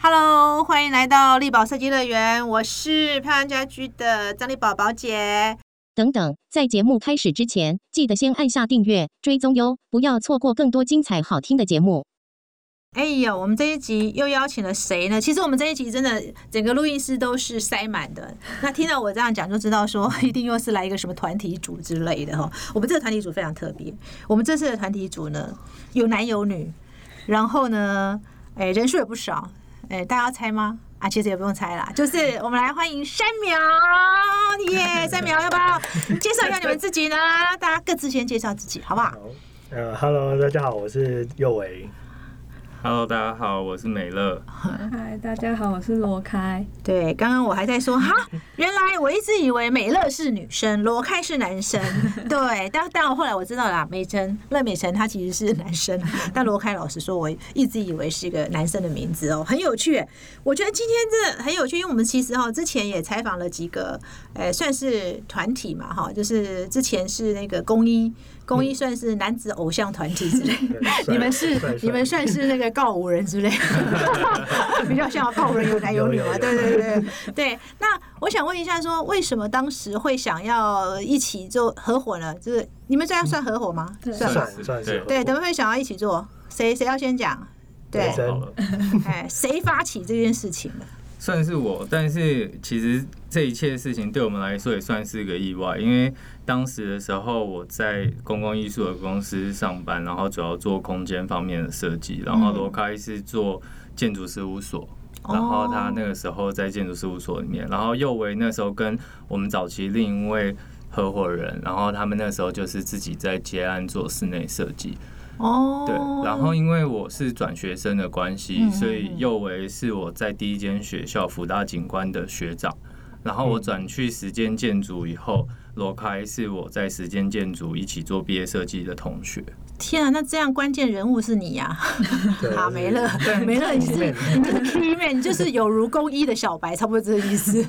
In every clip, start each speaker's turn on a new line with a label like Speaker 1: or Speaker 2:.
Speaker 1: 欢迎来到丽宝设计乐园，我是漂亮家居的张丽宝宝姐。
Speaker 2: 等等，在节目开始之前，记得先按下订阅、追踪哟，不要错过更多精彩好听的节目。
Speaker 1: 哎呦，我们这一集又邀请了谁呢？其实我们这一集真的整个录音室都是塞满的。那听到我这样讲，就知道说 一定又是来一个什么团体组之类的哈。我们这个团体组非常特别，我们这次的团体组呢有男有女，然后呢，哎人数也不少，哎大家要猜吗？啊，其实也不用猜啦，就是我们来欢迎三苗，耶、三苗要不要介绍一下你们自己呢？大家各自先介绍自己，好不好？
Speaker 3: 呃，Hello，大家好，我是佑维。
Speaker 4: Hello，大家好，我是美乐。
Speaker 5: 嗨，大家好，我是罗开。
Speaker 1: 对，刚刚我还在 说哈，原来我一直以为美乐是女生，罗开是男 生。对，但但我后来我知道啦，美辰乐美辰他其实是男生， 但罗开老师说我一直以为是一个男生的名字哦，很有趣耶。我觉得今天真的很有趣，因为我们其实哈、之前也采访了几个，呃，算是团体嘛哈、就是之前是那个公一。公一算是男子偶像团体之类 的，
Speaker 3: 对
Speaker 1: 你们是
Speaker 3: 帅帅
Speaker 1: 你们算是那个告五人之类 的，比较像告五人有男有女嘛，
Speaker 3: 有有有
Speaker 1: 对对对对。那我想问一下说为什么当时会想要一起做合伙呢？就是你们这样算合伙吗？
Speaker 5: 对
Speaker 1: 算吧，
Speaker 3: 算算是
Speaker 4: 对
Speaker 1: 对，怎么会想要一起做？谁谁要先讲？对
Speaker 3: 我，
Speaker 4: 好了，
Speaker 1: 哎，谁发起这件事情的？
Speaker 4: 算是我，但是其实这一切事情对我们来说也算是个意外，因为当时的时候我在公共艺术的公司上班，然后主要做空间方面的设计，然后罗开是做建筑事务所。然后他那个时候在建筑事务所里面，然后佑维那时候跟我们早期另一位合伙人，然后他们那时候就是自己在接案做室内设计，
Speaker 1: 哦，嗯
Speaker 4: 对，然后因为我是转学生的关系，所以佑维是我在第一间学校福大景观的学长。然后我
Speaker 1: 嗯
Speaker 4: 转去实践建筑以后，罗开是我在实践建筑一起做毕业设计的同学。
Speaker 1: 天啊，那这样关键人物是你呀、
Speaker 3: 对
Speaker 1: 好，没了，没了，你是你就是 key man，你就是有如公一的小白，差不多这个意 思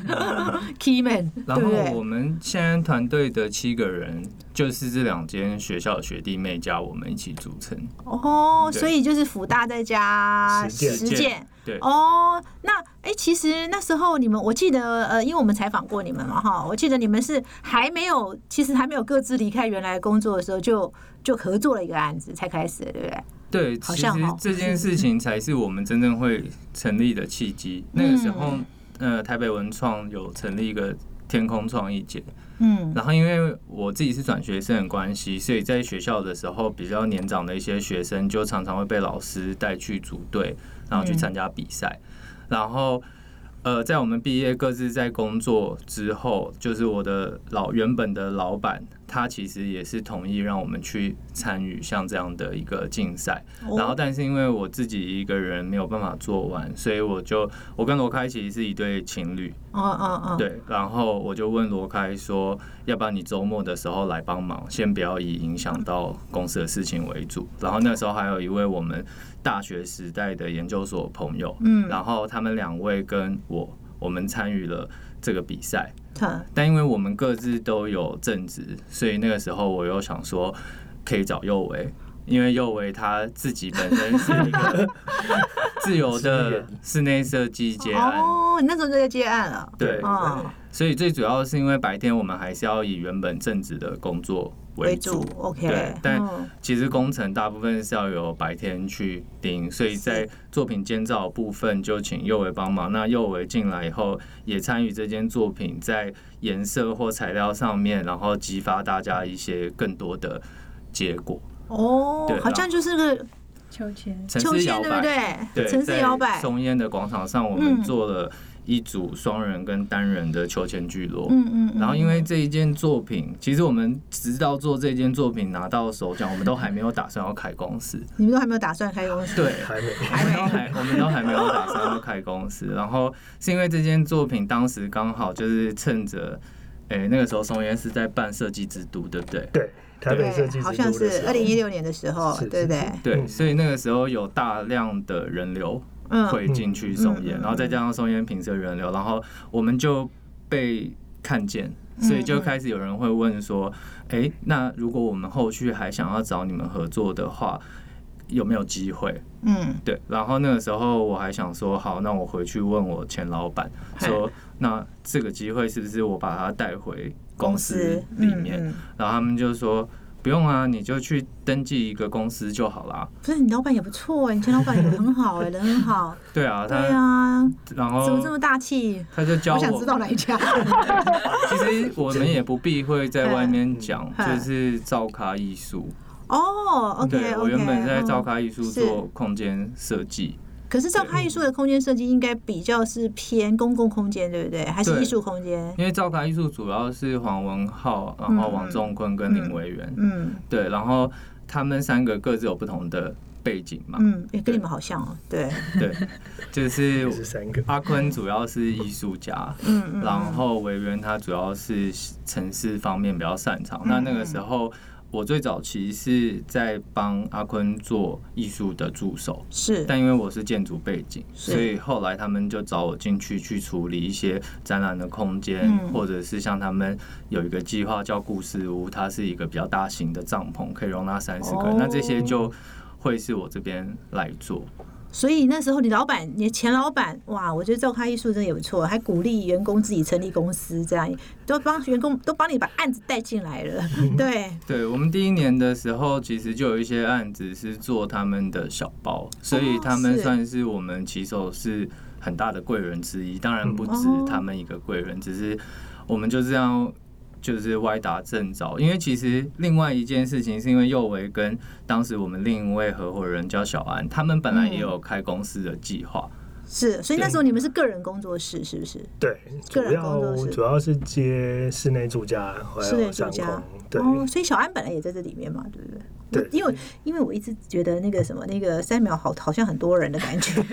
Speaker 1: ，key man，
Speaker 4: 然
Speaker 1: 对
Speaker 4: 后
Speaker 1: 不对？
Speaker 4: 我们现在团队的七个人，就是这两间学校的学弟妹加我们一起组成。
Speaker 1: 哦，
Speaker 4: 对
Speaker 1: 所以就是辅大再加
Speaker 3: 实践
Speaker 1: 实践。
Speaker 4: 对，
Speaker 1: 哦，那哎、其实那时候你们，我记得呃，因为我们采访过你们嘛，哈，我记得你们是还没有，其实还没有各自离开原来工作的时候就，就合作了一个案子才开始的，对不对？
Speaker 4: 对，
Speaker 1: 好
Speaker 4: 其实
Speaker 1: 像哦
Speaker 4: 这件事情才是我们真正会成立的契机。那个时候，
Speaker 1: 嗯
Speaker 4: 呃，台北文创有成立一个天空创意节，
Speaker 1: 嗯，
Speaker 4: 然后因为我自己是转学生的关系，所以在学校的时候，比较年长的一些学生就常常会被老师带去组队，然后去参加比赛。然后，呃，在我们毕业各自在工作之后，就是我的老原本的老板，他其实也是同意让我们去参与像这样的一个竞赛。
Speaker 1: 哦
Speaker 4: 然后，但是因为我自己一个人没有办法做完，所以我就我跟罗开其实是一对情侣。
Speaker 1: 嗯嗯嗯，
Speaker 4: 对，然后我就问罗开说，要不然你周末的时候来帮忙，先不要以影响到公司的事情为主。然后那时候还有一位我们大学时代的研究所朋友，
Speaker 1: 嗯
Speaker 4: 然后他们两位跟我，我们参与了这个比赛，
Speaker 1: 嗯，
Speaker 4: 但因为我们各自都有正职，所以那个时候我又想说，可以找佑维。因为佑维他自己本身是一个 自由的室内设计接案，
Speaker 1: 哦，你那时候就在接案了，
Speaker 4: 对
Speaker 1: 嗯。
Speaker 4: 所以最主要是因为白天我们还是要以原本正职的工作为主。
Speaker 1: ，OK，
Speaker 4: 对，但
Speaker 1: 嗯
Speaker 4: 其实工程大部分是要由白天去盯，所以在作品监造部分就请右维帮忙。那右维进来以后，也参与这件作品在颜色或材料上面，然后激发大家一些更多的结果。
Speaker 1: 哦
Speaker 4: 对，啊
Speaker 1: 好像就是个
Speaker 5: 秋千，
Speaker 4: 城
Speaker 1: 秋
Speaker 4: 市
Speaker 1: 千，
Speaker 4: 摇
Speaker 1: 对不
Speaker 4: 摆，
Speaker 1: 对？
Speaker 4: 对，
Speaker 1: 城市
Speaker 4: 在
Speaker 1: 摇摆，
Speaker 4: 松烟的广场上，我
Speaker 1: 嗯
Speaker 4: 们做了一组双人跟单人的秋千聚落。
Speaker 1: 嗯嗯嗯。
Speaker 4: 然后因为这一件作品，其实我们直到做这件作品拿到手奖，我们都还没有打算要开公司。
Speaker 1: 你们都还没有打算开公司，
Speaker 4: 对，
Speaker 3: 还没
Speaker 4: 我们都还我们都还没有打算要开公司。然后是因为这件作品当时刚好就是趁着，诶、那个时候松烟是在办设计之都，对不对？
Speaker 3: 对台北设计
Speaker 1: 对，好像是二零一，六年的时候，
Speaker 3: 是
Speaker 1: 对不对？
Speaker 4: 对，
Speaker 3: 嗯
Speaker 4: 所以那个时候有大量的人流
Speaker 1: 嗯，
Speaker 4: 会进去松烟，
Speaker 1: 嗯嗯
Speaker 4: 然后再加上松烟平时的人流，然后我们就被看见，嗯所以就开始有人哎会问说：“诶，那如果我们后续还想要找你们合作的话，有没有机会？
Speaker 1: 嗯，
Speaker 4: 对，然后那个时候我还想说，好，那我回去问我前老板
Speaker 1: 嗨
Speaker 4: 说，那这个机会是不是我把它带回公司
Speaker 1: 嗯
Speaker 4: 里面？
Speaker 1: 嗯
Speaker 4: 然后他们就说。不用啊，你就去登记一个公司就好啦。
Speaker 1: 不是你老板也不错哎，你前老板也很好哎，人很好。
Speaker 4: 对啊，哦
Speaker 1: 对
Speaker 4: 他，
Speaker 1: 啊，
Speaker 4: 然
Speaker 1: 怎么这
Speaker 4: 后
Speaker 1: 么大气？
Speaker 4: 他就教
Speaker 1: 我
Speaker 4: 我。
Speaker 1: 想知道哪一 家。，
Speaker 4: 其实我们也不避讳在外面讲
Speaker 1: 嗯
Speaker 4: 就是造咖艺术。
Speaker 1: 哦，OK
Speaker 4: 对
Speaker 1: OK。
Speaker 4: 我原本在造咖艺术
Speaker 1: 嗯
Speaker 4: 做空间设计，
Speaker 1: 可是
Speaker 4: 嗯
Speaker 1: 照开艺术的空间设计应该比较是偏公共空间，嗯对不对？还是
Speaker 4: 对
Speaker 1: 艺术空间？
Speaker 4: 因为造咖艺术主要是黄文浩、然后王仲坤跟林维源，
Speaker 1: 嗯
Speaker 4: 对，然后他们三个各自有不同的背景嘛，
Speaker 1: 嗯，也跟你们好像哦。对，
Speaker 4: 对，就是
Speaker 3: 是三个。
Speaker 4: 阿坤主要是艺术家，
Speaker 1: 嗯嗯。
Speaker 4: 然后维园他主要是城市方面比较擅长。
Speaker 1: 嗯
Speaker 4: 那那个时候，我最早期是在帮阿坤做艺术的助手，
Speaker 1: 是
Speaker 4: 但因为我是建筑背景，
Speaker 1: 是
Speaker 4: 所以后来他们就找我进去去处理一些展览的空间，
Speaker 1: 嗯
Speaker 4: 或者是像他们有一个计划叫故事屋，它是一个比较大型的帐篷，可以容纳三十个人。
Speaker 1: 哦
Speaker 4: 那这些就会是我这边来做。
Speaker 1: 所以那时候你老板，你前老板，哇，我觉得照开艺术真的也不错，还鼓励员工自己成立公司，这样都帮员工都帮你把案子带进来了。对，
Speaker 4: 对我们第一年的时候，其实就有一些案子是做他们的小包，所以他们
Speaker 1: 哦是
Speaker 4: 算是我们骑手是很大的贵人之一。当然不止
Speaker 1: 哦
Speaker 4: 他们一个贵人，只是我们就这样就是歪打正着。因为其实另外一件事情是因为佑维跟当时我们另一位合伙人叫小安，他们本来
Speaker 1: 嗯
Speaker 4: 也有开公司的计划，
Speaker 1: 是，所以那时候你们是个人工作室，是不是？
Speaker 3: 对，主
Speaker 1: 个人工作
Speaker 3: 要
Speaker 1: 室
Speaker 3: 主要是接室内住家还
Speaker 1: 室内
Speaker 3: 有
Speaker 1: 住
Speaker 3: 上
Speaker 1: 家
Speaker 3: 空，对，
Speaker 1: 哦，所以小安本来也在这里面嘛，对不对？
Speaker 3: 对嗯
Speaker 1: 因为因为我一直觉得那个什么那个三秒好好像很多人的感 觉，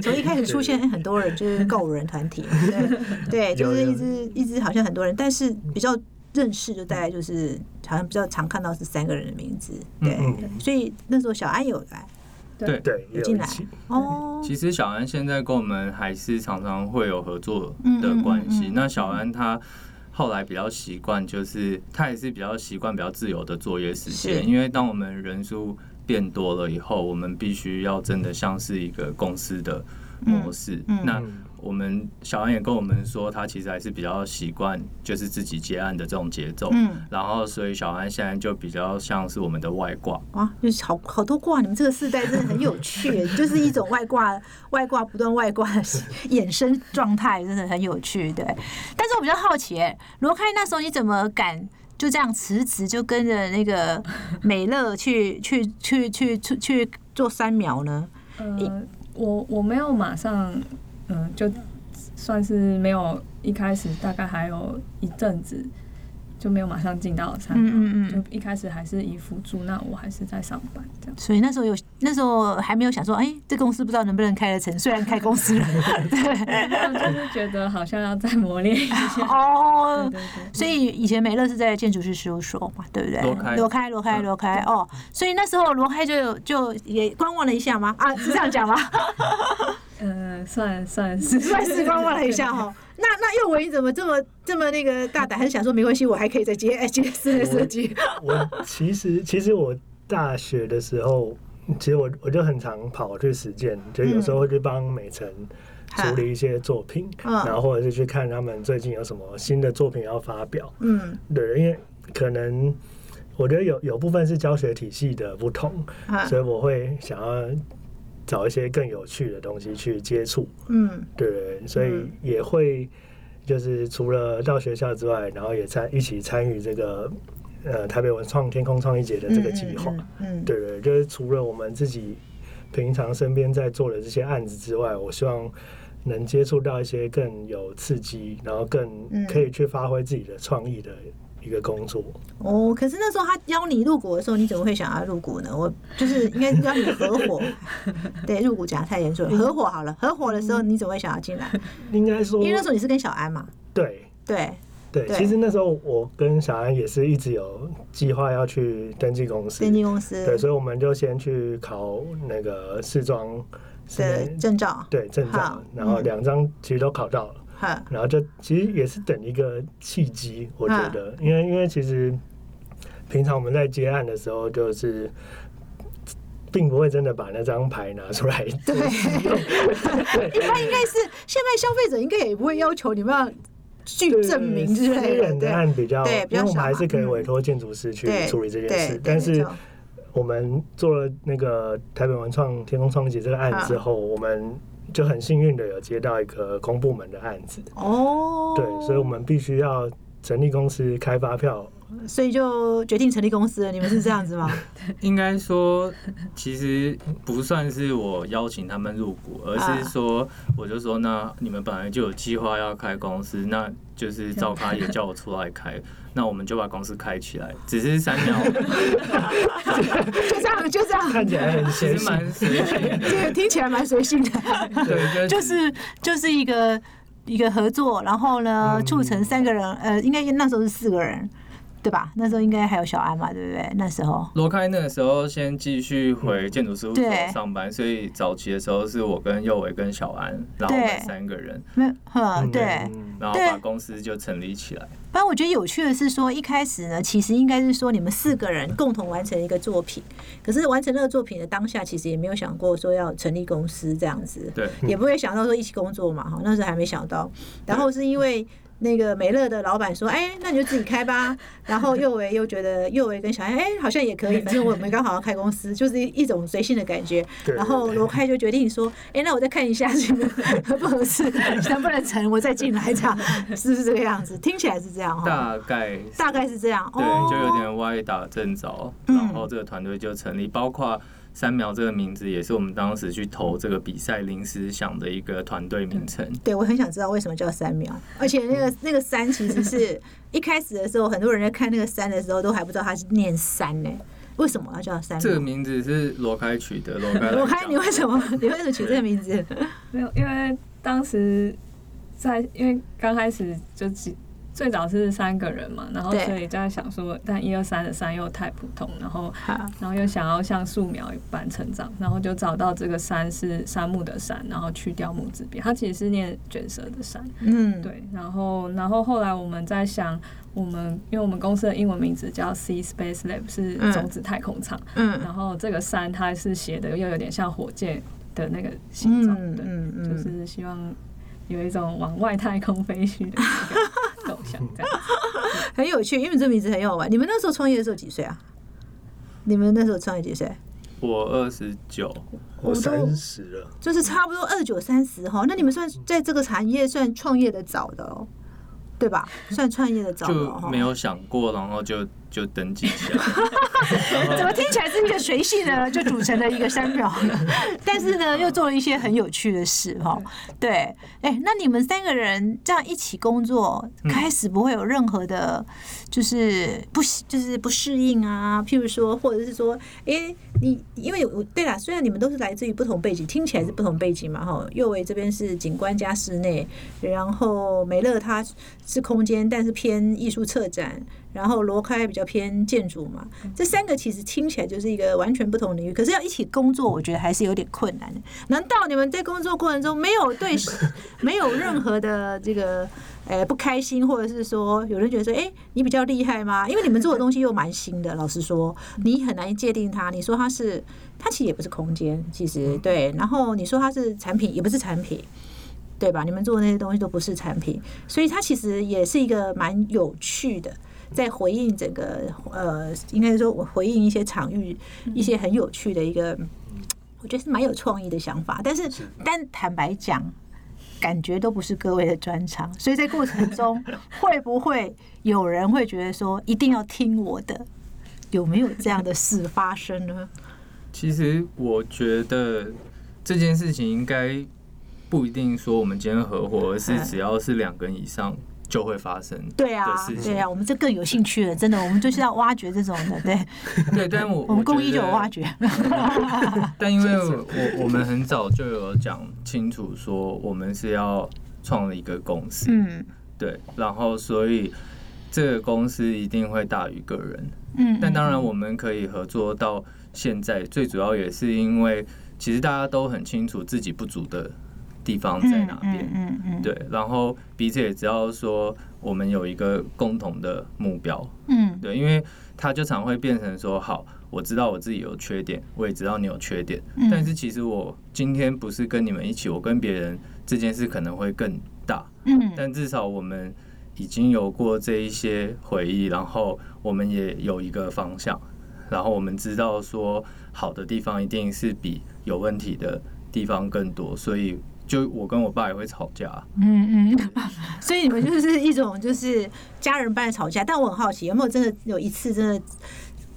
Speaker 1: 从一开始出现哎很多人就是告五人团 体，对，对就
Speaker 3: 有
Speaker 1: 是
Speaker 3: 有
Speaker 1: 一直一直好像很多人，但是比较认识就大概就是好像比较常看到是三个人的名字，对，
Speaker 3: 嗯
Speaker 1: 对所以那时候小安有来
Speaker 4: 对
Speaker 3: 对，
Speaker 1: 有
Speaker 3: 也有
Speaker 1: 进
Speaker 3: 一
Speaker 1: 来
Speaker 3: 起，
Speaker 1: 哦，
Speaker 4: 其实小安现在跟我们还是常常会有合作的关
Speaker 1: 嗯嗯
Speaker 4: 系。
Speaker 1: 嗯嗯
Speaker 4: 那小安他后来比较习惯，就是他也是比较习惯比较自由的作业时
Speaker 1: 是
Speaker 4: 间，因为当我们人数变多了以后，我们必须要真的像是一个公司的模式。
Speaker 1: 嗯嗯
Speaker 4: 那我们小安也跟我们说，他其实还是比较习惯就是自己接案的这种节奏。
Speaker 1: 嗯，
Speaker 4: 然后，所以小安现在就比较像是我们的外挂，
Speaker 1: 哇，就是好好多挂，你们这个世代真的很有趣， 就是一种外挂、外挂不断外挂的 衍生状态，真的很有趣。对，但是我比较好奇、哎，罗开那时候你怎么敢就这样辞职，就跟着那个美乐去去去去去去做三苗呢？
Speaker 5: 呃，我我没有马上，嗯、就算是没有一开始，大概还有一阵子就没有马上进到三秒，
Speaker 1: 嗯嗯嗯
Speaker 5: 就一开始还是以辅助，那我还是在上班这样。
Speaker 1: 所以那时候有那时候还没有想说，哎、这公司不知道能不能开得成，虽然开公司了， 对，
Speaker 5: 但 就是觉得好像要再磨练一 下，对
Speaker 1: 哦。
Speaker 5: 对对。
Speaker 1: 所以以前美乐是在建筑师事务所嘛，对不对？
Speaker 4: 罗开
Speaker 1: 罗开，罗
Speaker 3: 嗯
Speaker 1: 开，罗开。哦，所以那时候罗开就就也观望了一下吗？啊，是这样讲 吗？
Speaker 5: 呃，算算是
Speaker 1: 算是观望了一下哈。那那又文你怎么这么这么那个大胆？还是想说没关系，我还可以再接哎 接室内设计？
Speaker 3: 我其实其实我大学的时候，其实我我就很常跑去实践，就有时候会去帮美城处理一些作品，
Speaker 1: 嗯
Speaker 3: 然后或者是去看他们最近有什么新的作品要发表。
Speaker 1: 嗯
Speaker 3: 对，因为可能我觉得有有部分是教学体系的不同，
Speaker 1: 啊
Speaker 3: 所以我会想要找一些更有趣的东西去接触。
Speaker 1: 嗯
Speaker 3: 对对，对所以
Speaker 1: 嗯
Speaker 3: 也会就是除了到学校之外，然后也在一起参与这个呃台北文创天空创意节的这个计划。
Speaker 1: 嗯，
Speaker 3: 对对，就是除了我们自己平常身边在做的这些案子之外，我希望能接触到一些更有刺激，然后
Speaker 1: 嗯
Speaker 3: 更可以去发挥自己的创意的一个工作。
Speaker 1: 哦，可是那时候他邀你入股的时候，你怎么会想要入股呢？我就是应该邀你合 伙，对，入股讲太严重了，合伙好了，合伙的时候你怎么会想要进来？
Speaker 3: 应该说
Speaker 1: 因，为那时候你是跟小安嘛，
Speaker 3: 对
Speaker 1: 对，
Speaker 3: 对，
Speaker 1: 对
Speaker 3: 其实那时候我跟小安也是一直有计划要去登记公司，
Speaker 1: 电竞公司
Speaker 3: 对，所以我们就先去考那个试装室
Speaker 1: 的
Speaker 3: 内
Speaker 1: 证照，
Speaker 3: 对证
Speaker 1: 好
Speaker 3: 照，然后
Speaker 1: 嗯
Speaker 3: 两张其实都考到了。
Speaker 1: 哈，
Speaker 3: 然后就其实也是等一个契机，我觉得，
Speaker 1: 嗯
Speaker 3: 因为因为其实平常我们在接案的时候，就是并不会真的把那张牌拿出来做
Speaker 1: 对，一般应该是现在消费者应该也不会要求你们要具
Speaker 3: 对
Speaker 1: 证明之类
Speaker 3: 私人的
Speaker 1: 的，
Speaker 3: 案比较，
Speaker 1: 对比较
Speaker 3: 因为我们
Speaker 1: 少
Speaker 3: 还是可以
Speaker 1: 嘛
Speaker 3: 委托建筑师去
Speaker 1: 对，
Speaker 3: 处理这件
Speaker 1: 对
Speaker 3: 事
Speaker 1: 对。
Speaker 3: 但
Speaker 1: 没
Speaker 3: 是
Speaker 1: 错
Speaker 3: 我们做了那个台北文创天空创意节这个案
Speaker 1: 嗯
Speaker 3: 之后，我们就很幸运的有接到一个公部门的案子，
Speaker 1: 哦，
Speaker 3: 对，所以我们必须要成立公司开发票。
Speaker 1: 所以就决定成立公司了。你们是这样子吗？
Speaker 4: 应该说，其实不算是我邀请他们入股，而
Speaker 1: 啊
Speaker 4: 是说，我就说，那你们本来就有计划要开公司，那就是
Speaker 1: 嗯
Speaker 4: 赵咖也叫我出来开，那我们就把公司开起来。只是三 秒，
Speaker 1: 就这样，就这样，
Speaker 3: 看起 来很
Speaker 4: 其
Speaker 3: 随
Speaker 4: 实
Speaker 3: 性，
Speaker 4: 蛮随性的，
Speaker 1: 这个听起来蛮随性的，
Speaker 4: 对，
Speaker 1: 就是就是一个一个合作，然后呢，
Speaker 3: 嗯
Speaker 1: 促成三个人，呃，应该那时候是四个人，对吧？那时候应该还有小安嘛，对不对？那时候
Speaker 4: 罗开那个时候先继续回建筑事务
Speaker 1: 嗯
Speaker 4: 所
Speaker 1: 对
Speaker 4: 上班，所以早期的时候是我跟佑伟跟小安，然后我
Speaker 1: 对
Speaker 4: 们三个人，
Speaker 1: 没有，呵，
Speaker 3: 嗯
Speaker 1: 对。
Speaker 3: 嗯
Speaker 4: 然后
Speaker 1: 对
Speaker 4: 把公司就成立起来。
Speaker 1: 反正我觉得有趣的是说，一开始呢，其实应该是说你们四个人共同完成一个作品，可是完成那个作品的当下，其实也没有想过说要成立公司这样子，
Speaker 4: 对，
Speaker 1: 也不会想到说一起工作嘛，哈，那时候还没想到。然后是因为那个美乐的老板说，哎，那你就自己开吧。然后佑维又觉得佑维跟小安，哎，好像也可以，反正我们刚好要开公司，就是一种随性的感觉。
Speaker 3: 对
Speaker 1: 然后罗开就决定说，哎，那我再看一下这个 合不合适，能不能成，我再进来，这样是不是这个样子？听起来是这样哈，
Speaker 4: 大概是
Speaker 1: 大概是这样。
Speaker 4: 对，就有
Speaker 1: 哦。
Speaker 4: 点歪打正着，
Speaker 1: 嗯
Speaker 4: 然后这个团队就成立，包括三苗这个名字也是我们当时去投这个比赛临时想的一个团队名称。
Speaker 1: 对，我很想知道为什么叫三秒，而且那个那个三其实是一开始的时候，很多人在看那个三的时候都还不知道它是念三呢、为什么要叫三
Speaker 4: 这个
Speaker 1: 秒？
Speaker 4: 名字是罗开取的，罗 开来
Speaker 1: 我看
Speaker 4: 讲
Speaker 1: 你为什么你为什么取这个名字？
Speaker 5: 没有，因为当时在，因为刚开始就几最早是三个人嘛，然后
Speaker 1: 对
Speaker 5: 所以在想说，但一二三的三又太普通，然后
Speaker 1: 好
Speaker 5: 然后又想要像树苗一般成长，然后就找到这个山是杉木的山，然后去掉木字边，它其实是念卷舌的山，
Speaker 1: 嗯，
Speaker 5: 对，然后然后后来我们在想，我们因为我们公司的英文名字叫 C Space Lab，是
Speaker 1: 嗯
Speaker 5: 种子太空舱，
Speaker 1: 嗯
Speaker 5: 然后这个山它是写的又有点像火箭的那个形状，
Speaker 1: 嗯
Speaker 5: 对，
Speaker 1: 嗯
Speaker 5: 就
Speaker 1: 嗯，
Speaker 5: 是希望有一种往外太空飞去的一个 走向，这样子。
Speaker 1: 很有趣，因为这个名字很有玩。你们那时候创业的时候几岁啊？你们那时候创业几岁？
Speaker 4: 我二十九，
Speaker 3: 我三十了，
Speaker 1: 就是差不多二九三十哈。那你们
Speaker 4: 嗯
Speaker 1: 算在这个产业算创业的早的哦，对吧？算创业的早的
Speaker 4: 就
Speaker 1: 哦。
Speaker 4: 没有想过，然后就就登记起 来。
Speaker 1: 怎么听起来是一个随性呢？就组成了 一个三秒呢？但是呢，又做了一些很有趣的事哈。对，哎、那你们三个人这样一起工作，
Speaker 4: 嗯
Speaker 1: 开始不会有任何的，就是不喜就是不适应啊？譬如说，或者是说，哎、你因为我对啦，虽然你们都是来自于不同背景，听起来是不同背景嘛哈。右维这边是景观加室内，然后美乐它是空间，但是偏艺术策展，然后罗开比较偏建筑嘛。这三个其实听起来就是一个完全不同领域，可是要一起工作，我觉得还是有点困难的。难道你们在工作过程中没有对没有任何的这个呃不开心，或者是说有人觉得说，哎、你比较厉害吗？因为你们做的东西又蛮新的，老实说，你很难界定它。你说它是，它其实也不是空间，其实对。然后你说它是产品，也不是产品。对吧？你们做的那些东西都不是产品，所以它其实也是一个蛮有趣的，在回应整个呃，应该说我回应一些场域，一些很有趣的一个，我觉得是蛮有创意的想法。但是，但坦白讲，感觉都不是各位的专长，所以在过程 中会不会有人会觉得说一定要听我的？有没有这样的事发生呢？
Speaker 4: 其实我觉得这件事情应该不一定说我们今天合伙，而是
Speaker 1: 嗯
Speaker 4: 只要是两个人以上就会发 生。
Speaker 1: 对啊
Speaker 4: 的事，情
Speaker 1: 对啊，我们这更有兴趣了，真的，我们就是要挖掘这种的，对，
Speaker 4: 对，但我
Speaker 1: 我们公
Speaker 4: 觉
Speaker 1: 益就有
Speaker 4: 得
Speaker 1: 挖掘，
Speaker 4: 但因为我我们很早就有讲清楚说，我们是要创立一个公司，
Speaker 1: 嗯
Speaker 4: 对，然后所以这个公司一定会大于个人。
Speaker 1: 嗯，
Speaker 4: 但当然，我们可以合作到现在，最主要也是因为其实大家都很清楚自己不足的地方在哪边，
Speaker 1: 嗯嗯，
Speaker 4: 对，然后彼此也知道说我们有一个共同的目标，
Speaker 1: 嗯
Speaker 4: 对，因为他就常会变成说，好，我知道我自己有缺点，我也知道你有缺点，
Speaker 1: 嗯
Speaker 4: 但是其实我今天不是跟你们一起，我跟别人这件事可能会更大，
Speaker 1: 嗯
Speaker 4: 但至少我们已经有过这一些回忆，然后我们也有一个方向，然后我们知道说好的地方一定是比有问题的地方更多，所以就我跟我爸也会吵架，
Speaker 1: 嗯嗯，所以你们就是一种就是家人般的吵架。但我很好奇，有没有真的有一次真的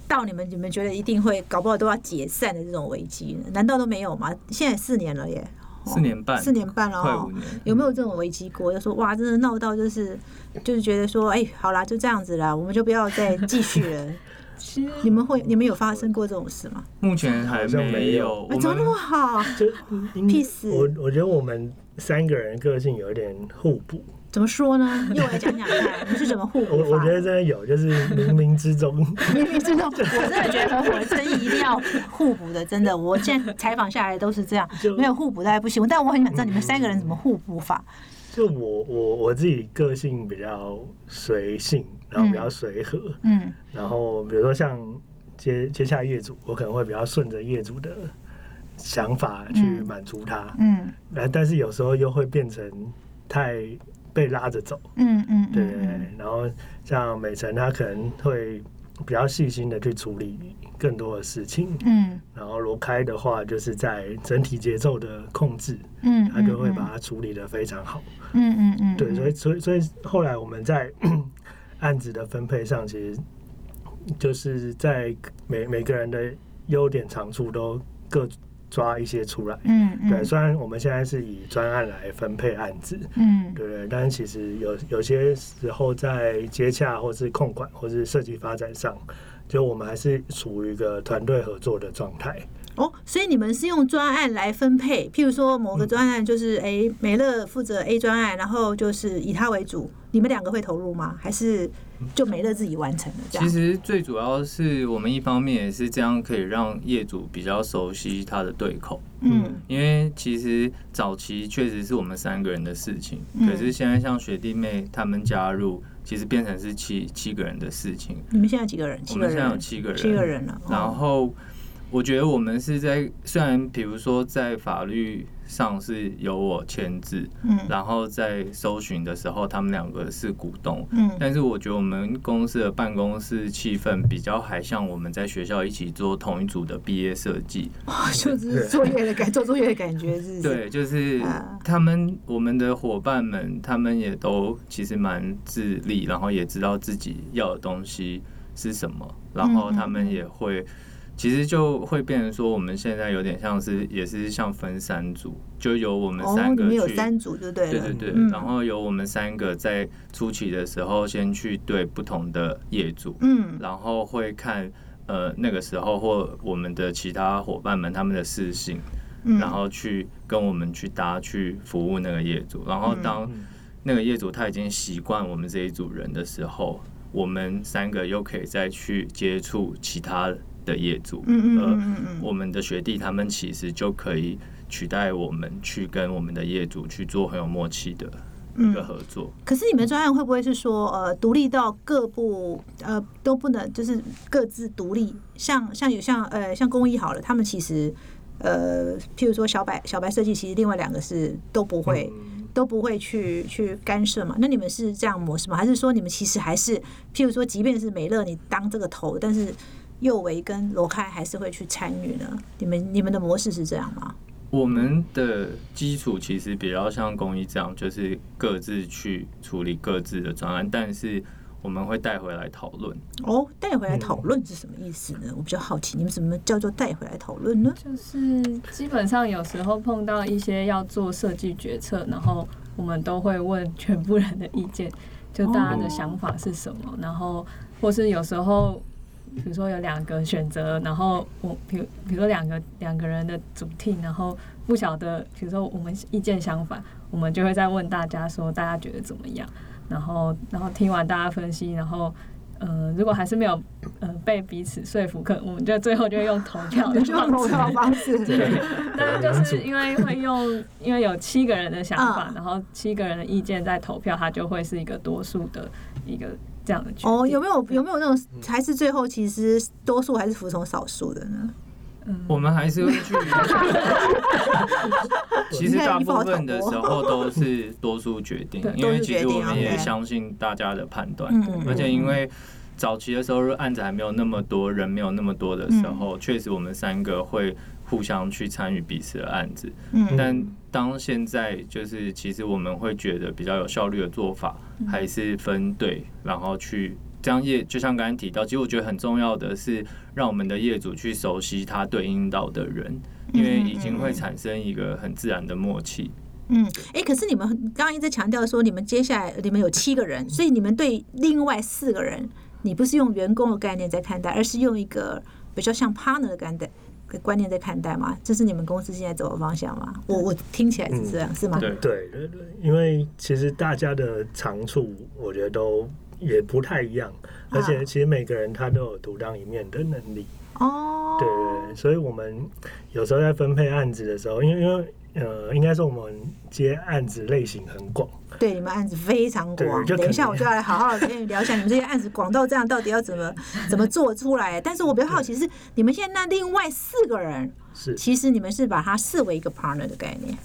Speaker 1: 到你们你们觉得一定会搞不好都要解散的这种危机呢？难道都没有吗？现在四年了耶，哦
Speaker 4: 四年半，
Speaker 1: 四年半了
Speaker 4: 快
Speaker 1: 哦
Speaker 4: 五。年，
Speaker 1: 有没有这种危机过？就说哇，真的闹到就是就是觉得说，哎、好啦，就这样子啦，我们就不要再继续 了。
Speaker 5: 其实
Speaker 1: 你们会你们有发生过这种事吗？
Speaker 4: 目前还
Speaker 3: 好像
Speaker 4: 没
Speaker 3: 没有
Speaker 4: 有，
Speaker 1: 啊、
Speaker 4: 我们
Speaker 1: 怎么那么好？
Speaker 3: 就应
Speaker 1: 嗯，peace
Speaker 3: 我我觉得我们三个人个性有一点互补，
Speaker 1: 怎么说呢？又来讲讲看，你们是怎么互
Speaker 3: 我
Speaker 1: 补
Speaker 3: 我
Speaker 1: 法
Speaker 3: 觉得真的有，就是冥冥之中，
Speaker 1: 明明知道，我真的觉得我真一定要互补的，真的，我现在采访下来都是这样
Speaker 3: 就，
Speaker 1: 没有互补大家不行。但我很想知道你们三个人怎么互补法。
Speaker 3: 就我我我自己个性比较随性，然后比较随和，
Speaker 1: 嗯
Speaker 3: 然后比如说像接接下业主，我可能会比较顺着业主的想法去
Speaker 1: 嗯
Speaker 3: 满足他，
Speaker 1: 嗯
Speaker 3: 然后但是有时候又会变成太被拉着走，
Speaker 1: 嗯嗯，
Speaker 3: 对对对。然后像美辰，他可能会比较细心的去处理更多的事情，
Speaker 1: 嗯
Speaker 3: 然后罗开的话，就是在整体节奏的控制，
Speaker 1: 嗯
Speaker 3: 他就会把它处理的非常好。
Speaker 1: 嗯嗯嗯，
Speaker 3: 对，所以所以所以后来我们在 案子的分配上，其实就是在每每个人的优点长处都各抓一些出来。
Speaker 1: 嗯嗯
Speaker 3: 对，虽然我们现在是以专案来分配案子，
Speaker 1: 嗯
Speaker 3: 对对，但是其实有有些时候在接洽或是控管或是设计发展上，就我们还是属于一个团队合作的状态。
Speaker 1: 哦，所以你们是用专案来分配，譬如说某个专案就是哎美乐负责 A 专案，然后就是以他为主，你们两个会投入吗？还是就美乐自己完成了这
Speaker 4: 其
Speaker 1: 样？
Speaker 4: 实最主要是我们一方面也是这样，可以让业主比较熟悉他的对口，
Speaker 1: 嗯
Speaker 4: 因为其实早期确实是我们三个人的事情，
Speaker 1: 嗯
Speaker 4: 可是现在像学弟妹他们加入，其实变成是七七个人的事情。
Speaker 1: 你们现在几个人？
Speaker 4: 我
Speaker 1: 七个
Speaker 4: 们现在有
Speaker 1: 人，
Speaker 4: 七个人，
Speaker 1: 七个人了。哦
Speaker 4: 然后我觉得我们是在虽然比如说在法律上是由我签字，
Speaker 1: 嗯
Speaker 4: 然后在搜寻的时候他们两个是股东，
Speaker 1: 嗯
Speaker 4: 但是我觉得我们公司的办公室气氛比较还像我们在学校一起做同一组的毕业设计，
Speaker 1: 就是作业的感，做作业的感觉是不是。
Speaker 4: 对，就是
Speaker 1: 啊
Speaker 4: 他们我们的伙伴们，他们也都其实蛮自立，然后也知道自己要的东西是什么，然
Speaker 1: 嗯
Speaker 4: 后他们也会，其实就会变成说，我们现在有点像是也是像分三组，就由我们
Speaker 1: 哦，
Speaker 4: 三
Speaker 1: 你
Speaker 4: 个
Speaker 1: 们
Speaker 4: 去。
Speaker 1: 有三组就对
Speaker 4: 对
Speaker 1: 了。
Speaker 4: 对对，
Speaker 1: 嗯
Speaker 4: 然后由我们三个在初期的时候，先去对不同的业主，
Speaker 1: 嗯
Speaker 4: 然后会看呃那个时候或我们的其他伙伴们他们的事情，
Speaker 1: 嗯
Speaker 4: 然后去跟我们去搭去服务那个业主。然后
Speaker 1: 嗯
Speaker 4: 当那个业主他已经习惯我们这一组人的时候，我们三个又可以再去接触其他的业主。
Speaker 1: 嗯嗯嗯
Speaker 4: 呃
Speaker 1: 嗯嗯
Speaker 4: 我们的学弟他们其实就可以取代我们去跟我们的业主去做很有默契的
Speaker 1: 嗯
Speaker 4: 一个合作。
Speaker 1: 可是你们专案会不会是说，呃，独立到各部呃都不能，就是各自独立？像像有像呃像公益好了，他们其实呃，譬如说小白小白设计，其实另外两个是都不会、
Speaker 4: 嗯
Speaker 1: 都不会去去干涉嘛。那你们是这样模式吗？还是说你们其实还是譬如说，即便是美乐你当这个头，但是佑维跟罗开还是会去参与呢？你们你们的模式是这样吗？
Speaker 4: 我们的基础其实比较像公益这样，就是各自去处理各自的专案，但是我们会带回来讨论。
Speaker 1: 哦，带回来讨论是什么意思呢？我比较好奇，你们怎么叫做带回来讨论呢？
Speaker 5: 就是基本上有时候碰到一些要做设计决策，然后我们都会问全部人的意见， 就大家的想法是什么，然后或是有时候。比如说有两个选择，然后我比如比如说两个两个人的主题，然后不晓得，比如说我们意见相反，我们就会再问大家说大家觉得怎么样，然后然后听完大家分析，然后呃如果还是没有呃被彼此说服，可我们就最后就用投票的
Speaker 1: 就用
Speaker 5: 方
Speaker 1: 投
Speaker 5: 式，
Speaker 1: 票方式，
Speaker 5: 但是就是因为会用，因为有七个人的想法
Speaker 1: 嗯，
Speaker 5: 然后七个人的意见在投票，它就会是一个多数的一个这样的决定。
Speaker 1: 哦，有没有有没有那种还是最后其实多数还是服从少数的呢？
Speaker 4: 我们还是会去。其实大部分的时候都是多数决定，
Speaker 5: 对
Speaker 4: 因为其实我们也相信大家的判断
Speaker 1: 嗯，
Speaker 4: 而且因为。早期的时候，案子还没有那么多人，没有那么多的时候，确、实我们三个会互相去参与彼此的案子。
Speaker 1: 嗯
Speaker 4: 但当现在就是，其实我们会觉得比较有效率的做法，还是分队，然后去这样业，就像刚才提到，其实我觉得很重要的是，让我们的业主去熟悉他对应到的人，因为已经会产生一个很自然的默契。
Speaker 1: 嗯，哎、可是你们刚刚一直强调说你们接下来呃你们有七个人，所以你们对另外四个人，你不是用员工的概念在看待，而是用一个比较像 partner 的概念观念在看待吗？这是你们公司现在走的方向吗？我我听起来是这样，是吗？
Speaker 4: 对，
Speaker 3: 对，对对因为其实大家的长处，我觉得都也不太一样，而
Speaker 1: 啊
Speaker 3: 且其实每个人他都有独当一面的能力。
Speaker 1: 哦，
Speaker 3: 对对，对，所以我们有时候在分配案子的时候，因为因为呃，应该说我们接案子类型很广，
Speaker 1: 对，你们案子非常
Speaker 3: 对
Speaker 1: 广，
Speaker 3: 就
Speaker 1: 等一
Speaker 3: 可
Speaker 1: 下
Speaker 3: 能
Speaker 1: 我就要来好好的跟你聊一下你们这些案子广到这样到底要怎么怎么做出来。但是我比较好奇是，你们现在那另外四个人，
Speaker 3: 是
Speaker 1: 其实你们是把它视为一个 partner 的概念。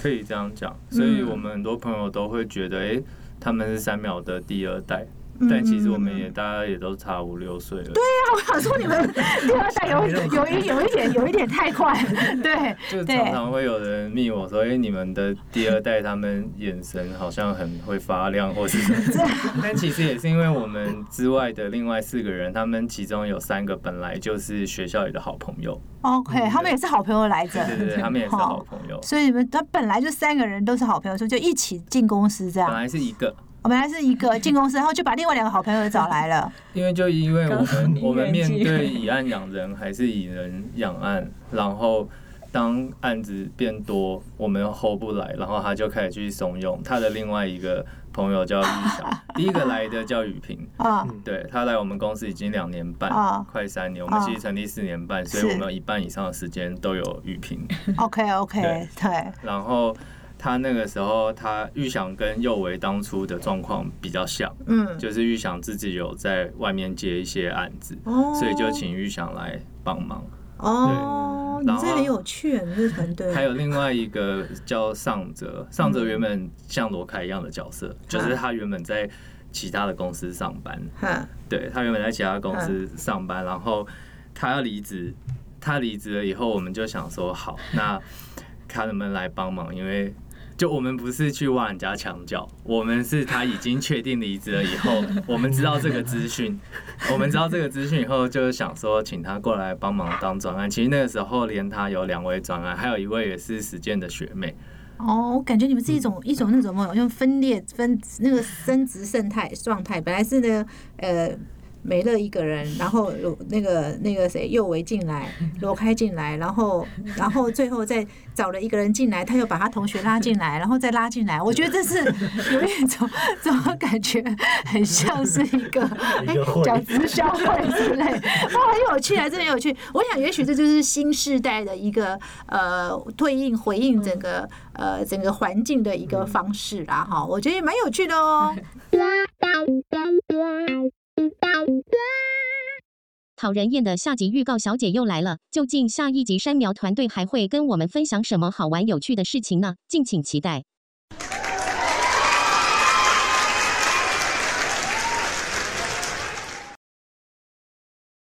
Speaker 4: 可以这样讲。所以我们很多朋友都会觉得，诶，他们是三秒的第二代，但其实我们也大家也都差五六岁了。
Speaker 1: 我想说你们第二代啊有有一有一点有一点太快，对
Speaker 4: 就常常会有人密我说：“哎、你们的第二代他们眼神好像很会发亮，或是什么。”但其实也是因为我们之外的另外四个人，他们其中有三个本来就是学校里的好朋友，
Speaker 1: ，OK，他们也是好朋友来着，
Speaker 4: 嗯对对对，他们也是好朋友。
Speaker 1: 所以你们他本来就三个人都是好朋友，所以就一起进公司这
Speaker 4: 本
Speaker 1: 样。
Speaker 4: 来是一个，
Speaker 1: 我本来是一个进公司，然后就把另外两个好朋友找来 了。
Speaker 4: 因为就因为我
Speaker 5: 刚好你
Speaker 4: 们我们面
Speaker 5: 远距
Speaker 4: 对以案养人还是以人养案，然后当案子变多，我们 hold 不来，然后他就开始去怂恿他的另外一个朋友叫玉祥，第一个来的叫雨萍，
Speaker 1: 啊
Speaker 4: 对他来我们公司已经两年半，
Speaker 1: 啊
Speaker 4: 快三年。我们
Speaker 1: 啊
Speaker 4: 其实成立四年半，所以
Speaker 1: 是
Speaker 4: 我们有一半以上的时间都有玉萍。
Speaker 1: ，OK OK，对，
Speaker 4: 然后他那个时候，他玉想跟佑维当初的状况比较像，
Speaker 1: 嗯，
Speaker 4: 就是玉想自己有在外面接一些案子，
Speaker 1: 哦
Speaker 4: 所以就请玉想来帮忙。
Speaker 1: 哦，你
Speaker 4: 对
Speaker 1: 们这
Speaker 4: 然后啊
Speaker 1: 很有趣，你们这个团队
Speaker 4: 还有另外一个叫尚哲，尚哲原本像罗凯一样的角色，
Speaker 1: 嗯
Speaker 4: 就是他原本在其他的公司上班，
Speaker 1: 哈
Speaker 4: 对他原本在其他公司上班，然后他要离职，他离职了以后，我们就想说，好，那他能不能来帮忙？因为就我们不是去挖人家墙角，我们是他已经确定离职了以后，我们知道这个资讯，我们知道这个资讯以后，就是想说请他过来帮忙当专案。其实那个时候，连他有两位专案，还有一位也是实践的学妹，
Speaker 1: 哦，我感觉你们是一种、
Speaker 4: 嗯
Speaker 1: 一种那种梦，用分裂分那个生殖生态状态，本来是呢呃美乐一个人，然后有那个那个谁右维进 来，罗开进来，然后然后最后再找了一个人进来，他又把他同学拉进来，然后再拉进来，我觉得这是有一种 怎么感觉很像是一个
Speaker 3: 一个会
Speaker 1: 讲直销会之类， 哇，很有趣啊，真的很有趣。我想，也许这就是新时代的一个呃对应回应整个、呃整个环境的一个方式啦，哈，我觉得也蛮有趣的哦。
Speaker 2: 讨人厌的下集预告，小姐又来了。究竟下一集山苗团队还会跟我们分享什么好玩有趣的事情呢？敬请期待。